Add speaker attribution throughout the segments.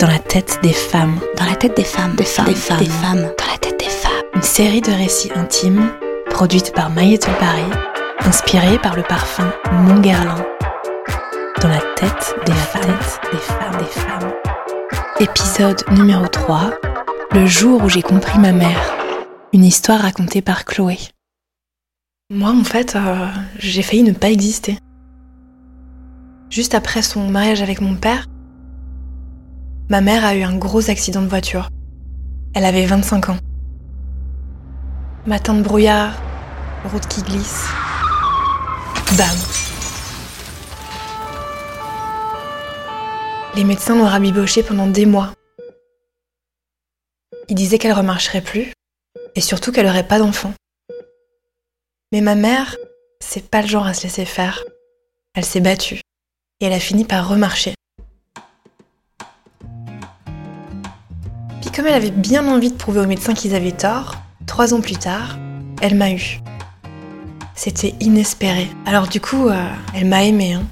Speaker 1: dans la tête des femmes.
Speaker 2: Dans la tête des femmes.
Speaker 1: Des femmes.
Speaker 2: Des femmes.
Speaker 1: Des femmes.
Speaker 2: Dans la tête des femmes.
Speaker 1: Une série de récits intimes produite par Maïetul Paris, inspirée par le parfum Montgerlin. Dans la tête des femmes. des femmes. Des femmes. Épisode numéro 3. Le jour où j'ai compris ma mère. Une histoire racontée par Chloé. Moi, en fait, euh, j'ai failli ne pas exister. Juste après son mariage avec mon père, ma mère a eu un gros accident de voiture. Elle avait 25 ans. Matin de brouillard, route qui glisse. Bam Les médecins l'ont rabibochée pendant des mois. Ils disaient qu'elle remarcherait plus, et surtout qu'elle n'aurait pas d'enfant. Mais ma mère, c'est pas le genre à se laisser faire. Elle s'est battue, et elle a fini par remarcher. Puis comme elle avait bien envie de prouver aux médecins qu'ils avaient tort, trois ans plus tard, elle m'a eu. C'était inespéré. Alors du coup, euh, elle m'a aimée, hein.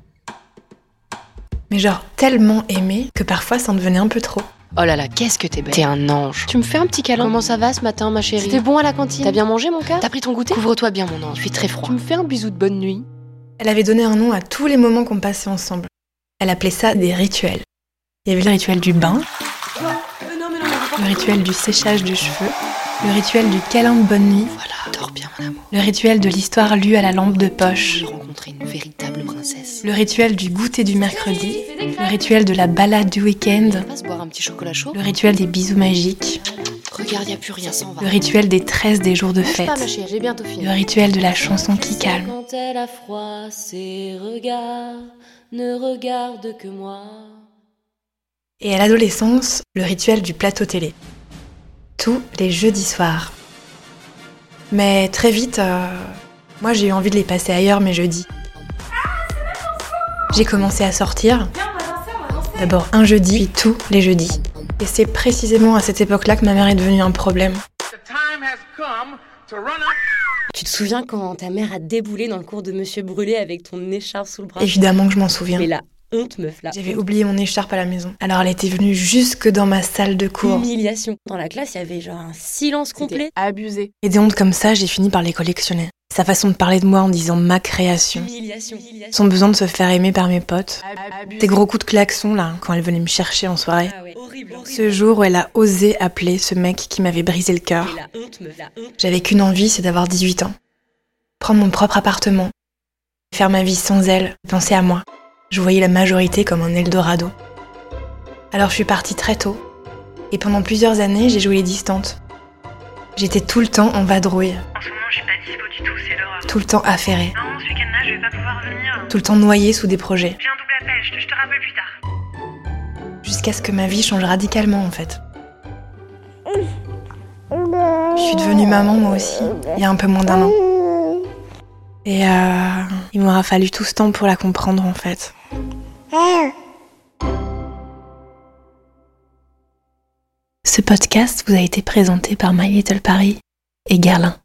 Speaker 1: Mais genre tellement aimée que parfois ça en devenait un peu trop.
Speaker 3: Oh là là, qu'est-ce que t'es belle.
Speaker 4: T'es un ange.
Speaker 3: Tu me fais un petit câlin
Speaker 4: Comment ça va ce matin, ma chérie
Speaker 3: C'était bon à la cantine
Speaker 4: T'as bien mangé, mon cœur
Speaker 3: T'as pris ton goûter
Speaker 4: Couvre-toi bien, mon ange. Il fait très
Speaker 3: Tu
Speaker 4: froid.
Speaker 3: me fais un bisou de bonne nuit
Speaker 1: Elle avait donné un nom à tous les moments qu'on passait ensemble. Elle appelait ça des rituels. Il y avait le rituel du bain, le rituel du séchage de cheveux, le rituel du câlin de bonne nuit,
Speaker 4: Voilà, dors bien, mon amour.
Speaker 1: le rituel de l'histoire lue à la lampe de poche,
Speaker 4: J'ai rencontré une véritable princesse.
Speaker 1: le rituel du goûter du mercredi, le rituel de la balade du week-end,
Speaker 4: On va se boire un petit chocolat chaud
Speaker 1: le rituel des bisous magiques,
Speaker 4: Regarde, y a plus rien, ça on va.
Speaker 1: le rituel des 13 des jours de
Speaker 4: Bouge pas, ma
Speaker 1: fête,
Speaker 4: chérie, j'ai bientôt
Speaker 1: le
Speaker 4: fini.
Speaker 1: rituel de la chanson qui calme.
Speaker 4: Quand elle a froid, ses regards ne regardent que moi.
Speaker 1: Et à l'adolescence, le rituel du plateau télé. Tous les jeudis soirs. Mais très vite, euh, moi j'ai eu envie de les passer ailleurs mes jeudis. J'ai commencé à sortir. D'abord un jeudi, puis tous les jeudis. Et c'est précisément à cette époque-là que ma mère est devenue un problème.
Speaker 5: The time has come to run up.
Speaker 6: Tu te souviens quand ta mère a déboulé dans le cours de Monsieur Brûlé avec ton écharpe sous le bras
Speaker 1: Évidemment que je m'en souviens.
Speaker 6: Mais la honte, meuf, la
Speaker 1: J'avais oublié mon écharpe à la maison. Alors elle était venue jusque dans ma salle de cours.
Speaker 6: humiliation. Dans la classe, il y avait genre un silence complet.
Speaker 3: Abusé.
Speaker 1: Et des hontes comme ça, j'ai fini par les collectionner. Sa façon de parler de moi en disant ma création.
Speaker 6: Humiliation.
Speaker 1: Son besoin de se faire aimer par mes potes. Tes
Speaker 3: Abusé.
Speaker 1: gros coups de klaxon là, quand elle venait me chercher en soirée.
Speaker 6: Ah ouais, horrible. horrible.
Speaker 1: Ce jour où elle a osé appeler ce mec qui m'avait brisé le cœur.
Speaker 6: Mais la honte, meuf, la honte.
Speaker 1: J'avais qu'une envie, c'est d'avoir 18 ans. Prendre mon propre appartement. Faire ma vie sans elle, penser à moi. Je voyais la majorité comme un Eldorado. Alors je suis partie très tôt. Et pendant plusieurs années, j'ai joué les distantes. J'étais tout le temps en vadrouille,
Speaker 7: En ce moment, je suis pas dispo du tout, c'est l'horreur.
Speaker 1: tout le temps affairée,
Speaker 7: Non, ce week-end-là, je vais pas pouvoir venir.
Speaker 1: tout le temps noyée sous des projets.
Speaker 7: J'ai un double appel, je te, je te rappelle plus tard.
Speaker 1: Jusqu'à ce que ma vie change radicalement en fait. Je suis devenue maman moi aussi, il y a un peu moins d'un an. Et euh, il m'aura fallu tout ce temps pour la comprendre en fait. Ce podcast vous a été présenté par My Little Paris et Gerlin.